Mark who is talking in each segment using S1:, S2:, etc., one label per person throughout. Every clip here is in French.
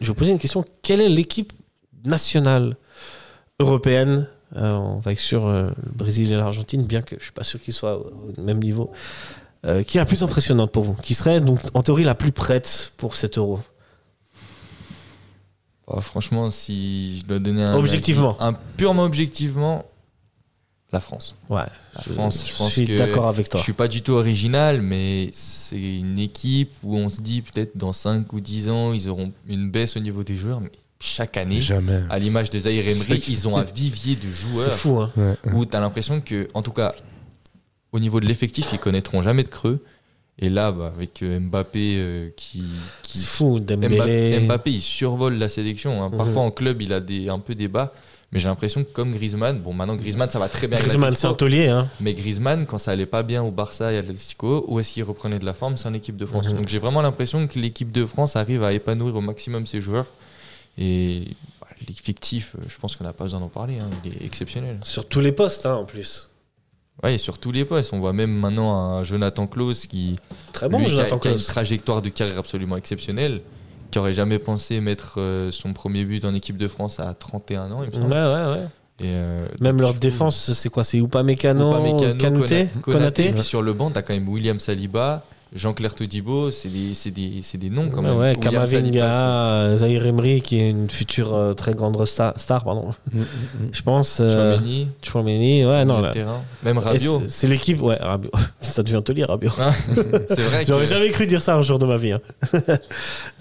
S1: je vais poser une question. Quelle est l'équipe nationale européenne Euh, On va être sur euh, le Brésil et l'Argentine, bien que je suis pas sûr qu'ils soient au au même niveau. Euh, qui est la plus impressionnante pour vous Qui serait donc en théorie la plus prête pour cet euro
S2: Oh, franchement, si je dois donner un.
S1: Objectivement.
S2: Un, purement objectivement, la France.
S1: Ouais,
S2: La France, je pense
S1: suis
S2: que-
S1: d'accord avec
S2: Je
S1: toi.
S2: suis pas du tout original, mais c'est une équipe où on se dit peut-être dans 5 ou 10 ans, ils auront une baisse au niveau des joueurs, mais chaque année,
S3: Jamais.
S2: à l'image des Zaïre
S3: C'est vrai
S2: Emery,
S3: que-
S2: ils ont un vivier de
S1: C'est
S2: joueurs
S1: fou, hein
S3: Ouais.
S2: où tu as l'impression que, en tout cas, au niveau de l'effectif, ils connaîtront jamais de creux. Et là, bah, avec euh, Mbappé euh, qui, qui
S1: C'est fou, Dembélé. Mhm.
S2: Mbappé, Mbappé, il survole la sélection. hein. Parfois en club, il a des, un peu des bas, mais j'ai l'impression que comme Griezmann, bon maintenant Griezmann ça va très bien. avec
S1: Griezmann, c'est
S2: l'Atlético,
S1: un taulier, hein.
S2: mais Griezmann, quand ça allait pas bien au Barça et à l'Atlético, où est-ce qu'il reprenait de la forme C'est en équipe de France.
S1: Mhm.
S2: Donc j'ai vraiment l'impression que l'équipe de France arrive à épanouir au maximum ses joueurs. Et bah, l'effectif, euh, je pense qu'on n'a pas besoin d'en parler, hein. il est exceptionnel.
S1: Sur tous les postes, hein, en plus.
S2: Ouais, et sur tous les postes, on voit même maintenant un Jonathan Klaus qui,
S1: Très Ah bon,
S2: lui, qui a-
S1: Jonathan
S2: qui a une
S1: Klaus.
S2: trajectoire de carrière absolument exceptionnelle, qui aurait jamais pensé mettre euh, son premier but en équipe de France à 31 ans, il me
S1: Ouais,
S2: semble.
S1: ouais, ouais.
S2: Et, euh,
S1: Même
S2: donc,
S1: leur
S2: je trouve-
S1: défense, c'est quoi C'est Upamecano,
S2: Upamecano,
S1: Kanouté,
S2: Kona- Konaté,
S1: Konaté
S2: puis sur le banc, t'as quand même William Saliba, Jean-Claire Todibo, c'est des, c'est des, c'est des noms quand
S1: Ouais,
S2: même.
S1: Ah ouais,
S2: William Saliba,
S1: Kamavinga, Zahir Emery, qui est une future euh, très grande star, star, pardon.
S3: Mm,
S1: Je pense.
S2: c'est
S1: Euh,
S2: Tchouaméni,
S1: Tchouaméni, ouais, non.
S2: milieu de
S1: là.
S2: terrain. Même
S1: Et
S2: Rabiot.
S1: c'est- C'est l'équipe, ouais, Rabiot. Ça devient taulier, Rabiot.
S2: C'est vrai que
S1: J'aurais jamais cru dire ça un jour de ma vie. hein.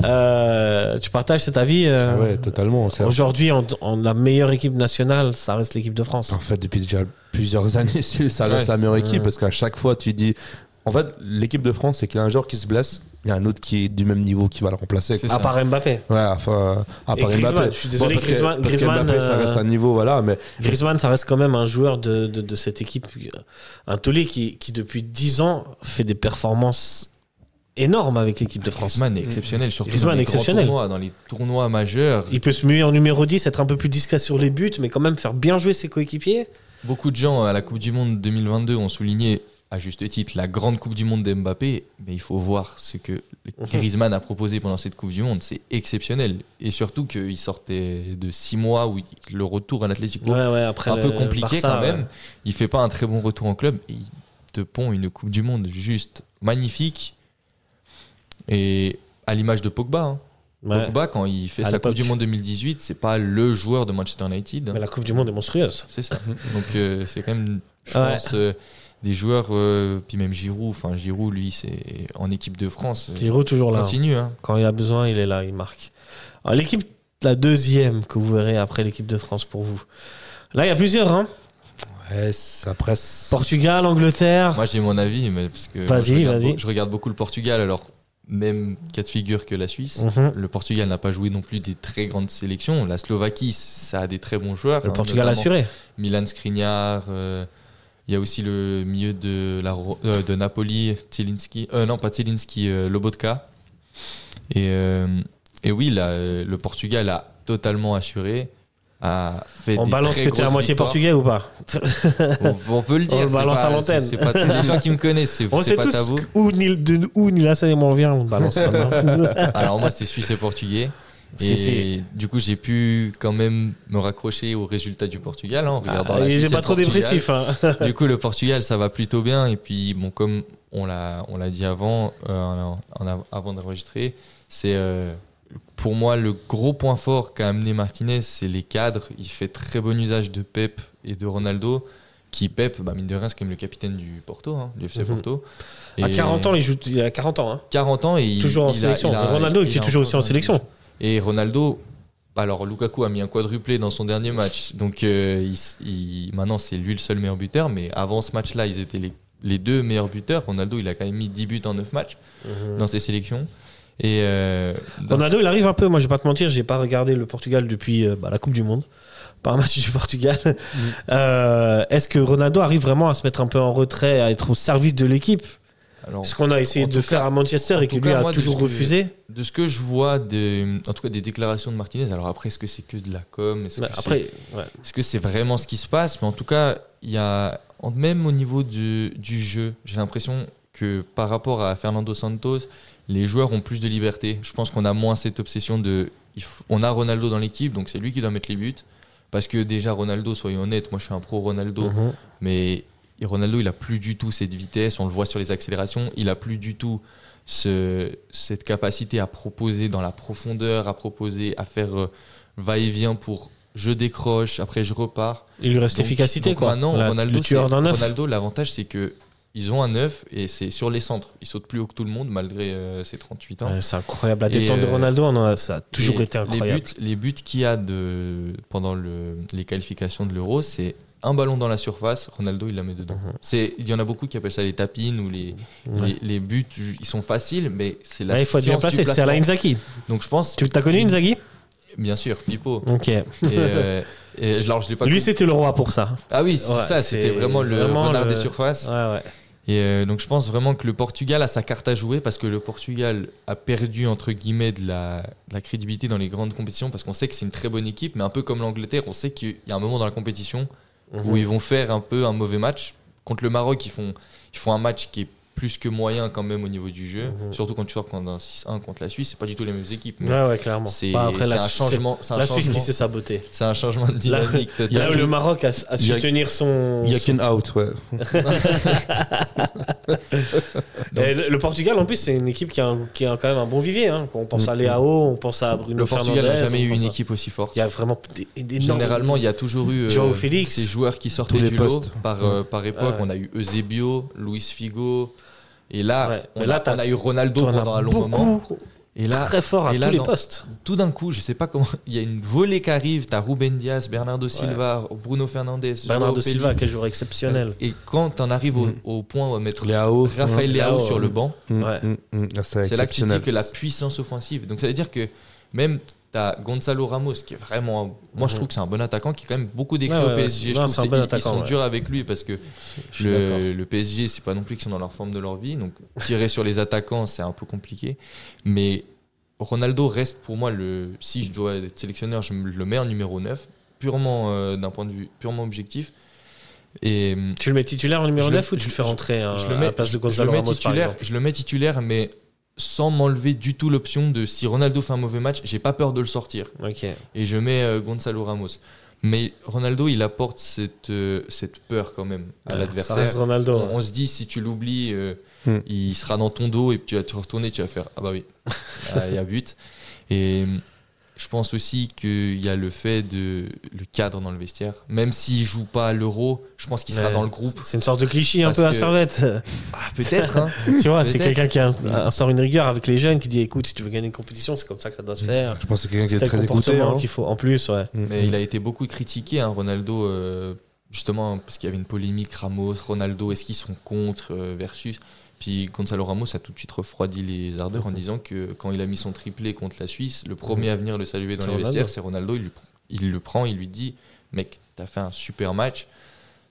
S1: Euh, tu partages cet avis euh,
S3: Ah ouais, totalement. c'est-
S1: Aujourd'hui, en, en la meilleure équipe nationale, ça reste l'équipe de France.
S3: En fait, depuis déjà plusieurs années, c'est- ça
S2: Ouais.
S3: reste la meilleure équipe
S1: Ouais.
S3: parce qu'à chaque fois, tu dis. En fait, l'équipe de France, c'est qu'il y a un joueur qui se blesse, il y a un autre qui est du même niveau qui va le remplacer.
S2: C'est
S3: quoi.
S1: À
S2: ça.
S1: part Mbappé.
S3: Ouais, enfin, à
S1: Et
S3: part
S1: Griezmann,
S3: Mbappé.
S1: je suis désolé,
S3: Bon, parce que-
S1: Griezmann-
S3: parce que
S1: Griezmann,
S3: Mbappé, ça
S1: euh,
S3: reste un niveau, voilà, mais
S1: Griezmann, ça reste quand même un joueur de, de, de cette équipe, euh, un tollé qui, qui depuis 10 ans fait des performances énormes avec l'équipe de France. Mm.
S2: Griezmann est exceptionnel, surtout
S1: Griezmann
S2: dans les
S1: est exceptionnel.
S2: grands tournois, dans les tournois majeurs.
S1: Il peut se muer en numéro 10, être un peu plus discret sur les buts, mais quand même faire bien jouer ses coéquipiers.
S2: Beaucoup de gens à la Coupe du Monde 2022 ont souligné à juste titre la grande Coupe du Monde d'Mbappé, mais il faut voir ce que
S1: Mhm.
S2: Griezmann a proposé pendant cette Coupe du Monde, c'est exceptionnel. Et surtout qu'il sortait de six mois où il- le retour à l'Atlético,
S1: Ouais, ouais, après
S2: un
S1: le-
S2: peu
S1: le
S2: compliqué
S1: Barça,
S2: quand même,
S1: ouais.
S2: il fait pas un très bon retour en club, et il te pond une Coupe du Monde juste magnifique et à l'image de Pogba. hein.
S1: Ouais.
S2: Pogba quand il fait
S1: À
S2: sa Coupe
S1: l'époque.
S2: du Monde 2018, c'est pas le joueur de Manchester United. hein.
S1: Mais la Coupe du Monde est monstrueuse.
S2: C'est ça. Donc euh, c'est quand même, je
S1: Mhm. Ouais.
S2: pense, euh, des joueurs, euh, puis même Giroud. Enfin, Giroud, lui, c'est en équipe de France. euh,
S1: Giroud toujours
S2: il
S1: là. hein.
S2: continue. hein.
S1: Quand il a besoin, il est là, il marque. Alors, l'équipe, la deuxième que vous verrez après l'équipe de France pour vous. Là, il y a plusieurs. Hein.
S3: ouais, ça presse.
S1: Portugal, Angleterre.
S2: Moi, j'ai mon avis, mais parce que
S1: Vas-y,
S2: je regarde
S1: vas-y.
S2: be- je regarde beaucoup le Portugal. Alors même cas de figure que la Suisse.
S1: Mhm.
S2: Le Portugal n'a pas joué non plus des très grandes sélections. La Slovaquie, ça a des très bons joueurs.
S1: Le
S2: hein,
S1: Portugal
S2: notamment
S1: assuré.
S2: Milan Skriniar. euh, il y a aussi le milieu de, la, Ro- euh, de Napoli, Tielinski. euh, non, pas Tielinski, euh, Lobotka. Et, euh, et oui, là, euh, le Portugal a totalement assuré. A fait
S1: On
S2: des
S1: balance
S2: très
S1: que t'es à
S2: grosses
S1: moitié
S2: victoires.
S1: portugais ou pas
S2: On, on peut le dire.
S1: On le
S2: c'est
S1: balance
S2: pas-
S1: à l'antenne.
S2: c'est- c'est pas- Les gens qui me connaissent, c'est
S1: On
S2: c'est
S1: sait
S2: pas
S1: tous
S2: tabou.
S1: où Nil, de où Nil Hassan et moi on vient, on balance Ah, quand même.
S2: Alors moi, c'est Suisse et Portugais. Et
S1: Si, si.
S2: du coup, j'ai pu quand même me raccrocher aux résultats du Portugal hein, en regardant
S1: Ah,
S2: la
S1: il
S2: Suisse
S1: est
S2: et
S1: pas
S2: le
S1: trop
S2: Portugal.
S1: dépressif. hein.
S2: du coup, le Portugal, ça va plutôt bien. Et puis, bon, comme on l'a, on l'a dit avant, euh, en- en av- avant d'enregistrer, c'est euh, pour moi le gros point fort qu'a amené Martinez, c'est les cadres. Il fait très bon usage de Pep et de Ronaldo, qui Pep, bah, mine de rien, c'est quand même le capitaine du Porto, hein, du FC
S1: Mhm.
S2: Porto.
S1: À
S2: Et-
S1: 40 ans, il joue. Il a 40 ans. hein.
S2: 40 ans et il-
S1: Toujours en
S2: il a-
S1: sélection.
S2: il a-
S1: Ronaldo,
S2: il
S1: qui est
S2: a
S1: toujours aussi en
S2: encore-
S1: sélection.
S2: Et Ronaldo, bah alors Lukaku a mis un quadruplé dans son dernier match. Donc euh, il s- il- maintenant, c'est lui le seul meilleur buteur. Mais avant ce match-là, ils étaient les, les deux meilleurs buteurs. Ronaldo, il a quand même mis 10 buts en 9 matchs dans ses sélections. Et euh, dans
S1: Mhm. Ronaldo, il arrive un peu. Moi, je vais pas te mentir, j'ai pas regardé le Portugal depuis euh, bah, la Coupe du Monde. Pas un match du Portugal.
S2: Mhm.
S1: Euh, Est-ce que Ronaldo arrive vraiment à se mettre un peu en retrait, à être au service de l'équipe
S2: ce- alors,
S1: Ce qu'on a essayé
S2: en
S1: de
S2: tout
S1: faire
S2: cas-
S1: à Manchester et
S2: en
S1: que
S2: tout
S1: lui
S2: cas,
S1: a
S2: moi, de
S1: toujours
S2: ce que-
S1: refusé.
S2: de ce que je vois, des, en tout cas des déclarations de Martinez, alors après, est-ce que c'est que de la com Est-ce que c'est-
S1: Bah, Après, ouais.
S2: Est-ce que c'est vraiment ce qui se passe Mais en tout cas, il y a, en- même au niveau du, du jeu, j'ai l'impression que par rapport à Fernando Santos, les joueurs ont plus de liberté. Je pense qu'on a moins cette obsession de il f- on a Ronaldo dans l'équipe, donc c'est lui qui doit mettre les buts. Parce que déjà, Ronaldo, soyons honnêtes, moi je suis un pro Ronaldo,
S1: Mhm.
S2: mais Ronaldo, il a plus du tout cette vitesse, on le voit sur les accélérations, il a plus du tout ce- cette capacité à proposer dans la profondeur, à proposer, à faire euh, va-et-vient pour je décroche, après je repars.
S1: Il lui reste
S2: Donc-
S1: l'efficacité,
S2: donc
S1: quoi.
S2: Maintenant,
S1: La-
S2: Ronaldo,
S1: le tueur
S2: c'est-
S1: d'un neuf.
S2: Ronaldo, l'avantage, c'est que ils ont un 9 et c'est sur les centres. Ils sautent plus haut que tout le monde malgré euh, ses 38 ans.
S1: Ouais, c'est incroyable. La
S2: Et,
S1: détente de
S2: euh,
S1: Ronaldo, on en a- ça a toujours
S2: Et
S1: été incroyable.
S2: Les buts, les buts qu'il y a de, pendant le- les qualifications de l'Euro, c'est un ballon dans la surface, Ronaldo il la met dedans.
S1: Mhm.
S2: C'est Il y en a beaucoup qui appellent ça les tapines ou les,
S1: Ouais.
S2: les, les buts, ju- ils sont faciles, mais c'est la
S1: Ouais, il faut être bien
S2: science du
S1: placé. C'est à la
S2: placement. Mm.
S1: Inzaghi.
S2: Donc je pense,
S1: Tu t'as connu Inzaghi
S2: bien sûr, Pipo.
S1: Ok.
S2: et, euh, et je, alors je l'ai pas
S1: Lui,
S2: connu.
S1: c'était le roi pour ça.
S2: Ah oui, c'est
S1: Ouais,
S2: ça,
S1: c'est
S2: c'était vraiment le
S1: vraiment
S2: renard
S1: le-
S2: des surfaces.
S1: Ouais, ouais.
S2: Et euh, donc je pense vraiment que le Portugal a sa carte à jouer parce que le Portugal a perdu entre guillemets de la, de la crédibilité dans les grandes compétitions parce qu'on sait que c'est une très bonne équipe, mais un peu comme l'Angleterre, on sait qu'il y a un moment dans la compétition
S1: Mhm.
S2: où ils vont faire un peu un mauvais match. Contre le Maroc, ils font, ils font un match qui est plus que moyen quand même au niveau du jeu,
S1: Mhm.
S2: surtout quand tu sors contre un 6-1 contre la Suisse, c'est pas du tout les mêmes équipes. mais
S1: Ouais, ouais, clairement.
S2: C'est
S1: Bah, après,
S2: c'est
S1: la
S2: un
S1: Suisse-
S2: changement, c'est un
S1: La Suisse qui
S2: changement-
S1: s'est sabotée.
S2: c'est un changement de dynamique.
S3: Il y a
S1: Là où
S3: que-
S1: le Maroc a, a
S3: il y
S1: su
S3: a-
S1: tenir son.
S3: Il n'y a qu'une out, ouais.
S1: Et Eh, le, le Portugal, en plus, c'est une équipe qui a, un- qui a quand même un bon vivier. hein. Quand on pense à Léao, on pense à Bruno
S2: Mm, Le Portugal n'a
S1: Fernandes,
S2: jamais
S1: on
S2: eu
S1: pense
S2: une
S1: à-
S2: équipe aussi forte.
S1: Il y a vraiment des, des énormes-
S2: Généralement, il y a toujours eu euh,
S1: Joao Félix.
S2: ces joueurs qui sortaient
S3: Tous les
S2: du lot
S3: postes.
S2: par, euh, par époque.
S1: Ouais.
S2: On a eu Eusebio, Luis Figo. Et là,
S1: Ouais.
S2: on,
S1: Mais là,
S2: a,
S1: t'as-
S2: on a eu Ronaldo
S1: T'en as
S2: pendant un long
S1: beaucoup,
S2: moment. Et là,
S1: très fort à
S2: et là,
S1: tous les
S2: non.
S1: postes.
S2: tout d'un coup, je sais pas comment, il y a une volée qui arrive. T'as Ruben Diaz, Bernardo Silva, Bruno Fernandez, Joao
S1: Bernardo
S2: Félix.
S1: Silva, quel joueur exceptionnel.
S2: Et quand t'en arrives au,
S3: Mm. euh,
S2: au point où mettre
S3: Les AO.
S2: Raphaël Leao
S1: Leao,
S2: sur le banc,
S3: Mm,
S1: Ouais.
S3: Ah,
S2: c'est là que tu dis que la puissance offensive. Donc ça veut dire que même t'as Gonzalo Ramos qui est vraiment. un- Moi je
S1: Mhm.
S2: trouve que c'est un bon attaquant qui est quand même beaucoup décrit
S1: Ouais,
S2: au
S1: ouais,
S2: PSG.
S1: ouais.
S2: je
S1: Non,
S2: trouve
S1: c'est un
S2: c'est-
S1: bon
S2: ils- ils
S1: attaquant,
S2: sont
S1: ouais.
S2: durs avec lui parce que
S1: Je suis d'accord.
S2: le, le PSG c'est pas non plus qu'ils sont dans leur forme de leur vie. Donc tirer sur les attaquants c'est un peu compliqué. Mais Ronaldo reste pour moi le. Si je dois être sélectionneur, je me le mets en numéro 9 purement euh, d'un point de vue purement objectif. Et hum,
S1: Tu le mets titulaire en numéro
S2: je le-
S1: 9 ou tu
S2: je-
S1: le fais rentrer hein,
S2: je le
S1: à
S2: mets,
S1: la place de
S2: je- je le
S1: Gonzalo
S2: mets
S1: Ramos, par
S2: titulaire,
S1: exemple
S2: je le mets titulaire, mais sans m'enlever du tout l'option de si Ronaldo fait un mauvais match, j'ai pas peur de le sortir.
S1: Ok.
S2: Et je mets euh, Gonzalo Ramos. Mais Ronaldo, il apporte cette, euh, cette peur quand même à
S1: Ouais,
S2: l'adversaire.
S1: Ah, Euh, Ça reste Ronaldo.
S2: On, on se dit, si tu l'oublies, euh,
S3: Hmm.
S2: il sera dans ton dos et puis tu vas te retourner, tu vas faire Ah bah oui, Ah, il y a but. Et euh, je pense aussi qu'il y a le fait de le cadre dans le vestiaire. Même s'il joue pas à l'euro, je pense qu'il sera
S1: Mais
S2: dans le groupe.
S1: C'est une sorte de cliché un
S2: Parce
S1: peu à
S2: que-
S1: servette.
S2: Ah, peut-être, hein.
S1: tu vois, c'est
S2: Peut-être.
S1: quelqu'un qui ins- instaure une rigueur avec les jeunes qui dit écoute, si tu veux gagner une compétition, c'est comme ça que ça doit se faire.
S3: Je pense que c'est quelqu'un qui
S1: C'est
S3: est
S1: un
S3: très écouté.
S1: comportement
S3: hein. Mm,
S1: qu'il faut en plus, ouais.
S2: Mais il a été beaucoup critiqué, hein, Ronaldo, euh, justement, parce qu'il y avait une polémique Ramos, Ronaldo, est-ce qu'ils sont contre euh, versus Puis Gonzalo Ramos a tout de suite refroidi les ardeurs en disant que quand il a mis son triplé contre la Suisse, le premier à venir le saluer dans
S1: C'est
S2: les
S1: Ronaldo.
S2: vestiaires, c'est Ronaldo. Il, lui pr- il le prend, il lui dit Mec, t'as fait un super match.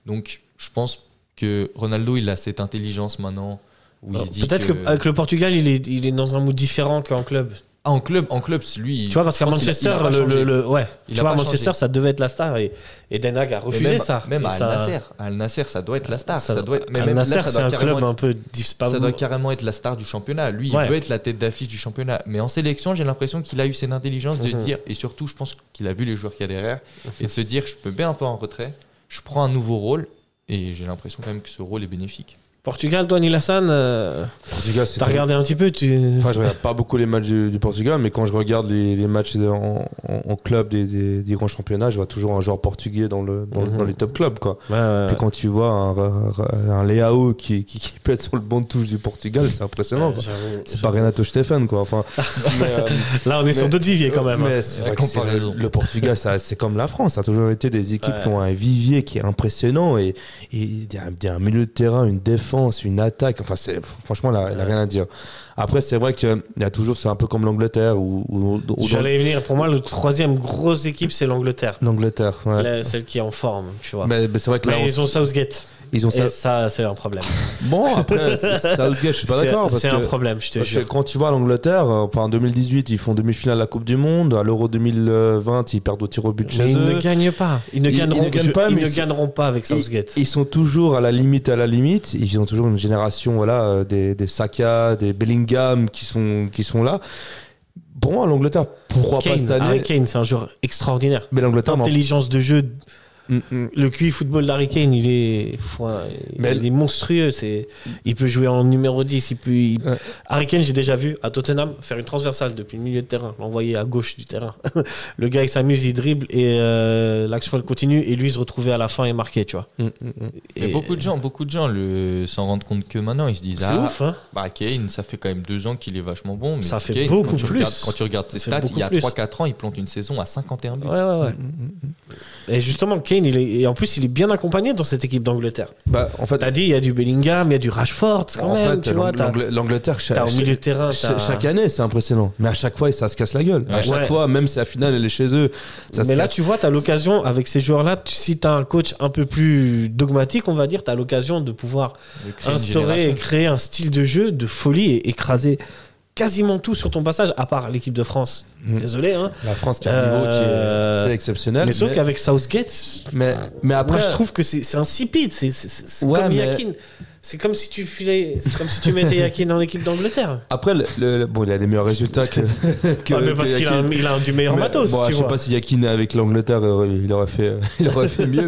S2: Donc je pense que Ronaldo, il a cette intelligence maintenant. Où il
S1: Alors,
S2: se dit
S1: Peut-être euh,
S2: que-
S1: qu'avec le Portugal, il est, il est dans un mood différent qu'en club.
S2: Ah, en club, en club, c'est lui.
S1: Tu vois, parce
S2: je
S1: qu'à
S2: pense qu'il a-
S1: Manchester,
S2: il a pas
S1: le,
S2: changé.
S1: le- le- ouais,
S2: Il
S1: tu
S2: a
S1: vois, à
S2: pas
S1: Manchester,
S2: changé.
S1: ça devait être la star et, et Den Haag a
S2: Mais
S1: refusé
S2: même-
S1: ça.
S2: Même
S1: Et
S2: à
S1: ça-
S2: Al Nasser. À Al Nasser, ça doit être la star. Ça,
S1: ça-
S2: doit être, mais
S1: Al
S2: même là,
S1: Nasser,
S2: ça
S1: c'est
S2: doit
S1: un
S2: carrément
S1: club
S2: être-
S1: un peu. diff- c'est pas
S2: ça doit carrément être la star du championnat. Lui,
S1: Ouais.
S2: il veut être la tête d'affiche du championnat. Mais en sélection, j'ai l'impression qu'il a eu cette intelligence de se
S1: Mhm.
S2: dire, et surtout, je pense qu'il a vu les joueurs qu'il y a derrière, et de se dire, je peux bien un peu en retrait, je prends un nouveau rôle, et j'ai l'impression quand même que ce rôle est bénéfique.
S1: Portugal, toi, Nilassan, euh,
S3: Portugal, c'est
S1: t'as regardé un petit peu tu...
S3: Enfin, je regarde pas beaucoup les matchs du, du Portugal, mais quand je regarde les, les matchs de- en, en- en club des, des- des grands championnats, je vois toujours un joueur portugais dans, le, dans, le-
S1: Mhm.
S3: dans les top clubs. Quoi.
S1: Ouais, ouais,
S3: Puis quand tu vois un, un- un Leao qui, qui, qui pète sur le banc de touche du Portugal, c'est impressionnant.
S1: ouais,
S3: quoi.
S1: j'avoue,
S3: C'est pas Renato Stefan, quoi. Enfin, mais, euh,
S1: Là, on est sur
S3: Mais-
S1: d'autres viviers quand même. hein.
S3: Mais c'est
S2: La
S3: vrai que c'est-
S2: comparaison.
S3: le Portugal, ça, c'est comme la France. Ça a toujours été des équipes
S1: Ouais.
S3: qui ont un vivier qui est impressionnant et et il y, a- il y a un milieu de terrain, une défense, une attaque. Enfin, c'est franchement, là, elle a rien à dire. Après, c'est vrai qu'il y a toujours, c'est un peu comme l'Angleterre ou, ou- ou dans-
S1: J'allais y venir. Pour moi, le troisième grosse équipe, c'est l'Angleterre.
S3: l'Angleterre. ouais.
S1: La- Celle qui est en forme, tu vois.
S3: Mais, mais c'est vrai que là,
S1: Mais
S3: on-
S1: ils ont Southgate.
S3: ils ont ça.
S1: Et ça, c'est un problème.
S3: Bon, après, c'est- c'est Southgate, je suis pas
S1: C'est-
S3: d'accord. parce
S1: C'est un
S3: que-
S1: problème, je te
S3: Parce que
S1: jure.
S3: quand tu vois l'Angleterre, euh, enfin, en 2018, ils font demi-finale à la Coupe du Monde. À l'Euro 2020, ils perdent au tir au but
S1: Mais
S3: chez
S1: ils
S3: eux.
S1: ne gagnent pas. Ils ne
S3: Ils- ils
S1: gagneront
S3: ne gagnent
S1: je-
S3: pas,
S1: ils
S3: mais
S1: ne
S3: ils-
S1: gagneront pas avec
S3: Ils-
S1: Southgate.
S3: Ils sont toujours à la limite, à la limite. Ils ont toujours une génération, voilà, euh, des, des Saka, des Bellingham qui sont, qui sont là. Pour moi, l'Angleterre, pourquoi pas
S1: Kane,
S3: cette année
S1: Harry Kane, c'est un joueur extraordinaire.
S3: Mais l'Angleterre, non.
S1: Intelligence de jeu,
S3: Mm, mm.
S1: le QI football d'Harry Kane, il est, pff, ouais,
S3: Mais-
S1: il est monstrueux. C'est, il peut jouer en numéro 10. Il peut, il-
S3: Ouais.
S1: Harry Kane, j'ai déjà vu à Tottenham faire une transversale depuis le milieu de terrain, l'envoyer à gauche du terrain. le gars, il s'amuse, il dribble et euh, l'action elle continue. Et lui, il se retrouvait à la fin et marqué, tu vois.
S3: Mm, mm, mm.
S2: Mais
S1: Et-
S2: beaucoup de gens, beaucoup de gens le s'en rendent compte que maintenant, ils se disent
S1: C'est
S2: ah,
S1: ouf, hein.
S2: bah Kane, ça fait quand même deux ans qu'il est vachement bon. Mais
S1: Ça fait
S2: Kane,
S1: beaucoup
S2: quand tu
S1: plus.
S2: regardes- quand tu regardes ses
S1: Ça fait
S2: stats, il y a
S1: beaucoup plus.
S2: 3-4 ans, il plante une saison à 51 buts.
S1: Ouais, ouais, ouais. Et justement, Kane, il est, et en plus, il est bien accompagné dans cette équipe d'Angleterre.
S3: Bah, en fait,
S1: T'as dit, il y a du Bellingham, il y a du Rashford, quand
S3: en
S1: même,
S3: fait,
S1: tu vois.
S3: l'Ang-
S1: T'as,
S3: l'Ang- l'Angleterre, cha-
S1: t'as au
S3: cha-
S1: milieu de terrain,
S3: cha-
S1: t'as-
S3: chaque année, c'est impressionnant. Mais à chaque fois, ça se casse la gueule. À
S2: Ouais.
S3: chaque
S1: Ouais.
S3: fois, même si la finale, elle est chez eux. Ça
S1: mais
S3: se
S1: là,
S3: casse.
S1: tu vois, tu as l'occasion, avec ces joueurs-là, tu- si tu as un coach un peu plus dogmatique, on va dire, tu as l'occasion de pouvoir
S2: De créer une
S1: instaurer et
S2: génération.
S1: créer un style de jeu de folie et écraser quasiment tout sur ton passage, à part l'équipe de France.
S3: Mm.
S1: Désolé, hein.
S3: La France qui a un niveau qui
S1: Euh,
S3: est c'est exceptionnel.
S1: mais sauf qu'avec Southgate,
S3: mais, mais après,
S1: moi, je trouve que c'est c'est insipide. C'est c'est- c'est- c'est
S3: Ouais,
S1: comme
S3: mais-
S1: Yakin. C'est comme si tu filais, c'est comme si tu mettais Yakin en équipe d'Angleterre.
S3: Après, le, le- bon, il a des meilleurs résultats que.
S1: Ah, mais
S3: que- que
S1: parce qu'il a,
S3: Yakin.
S1: un- il a un du meilleur
S3: Mais,
S1: matos,
S3: bon,
S1: tu
S3: je sais
S1: vois.
S3: pas si Yakin avec l'Angleterre, il aurait- il aurait fait, il aurait fait mieux,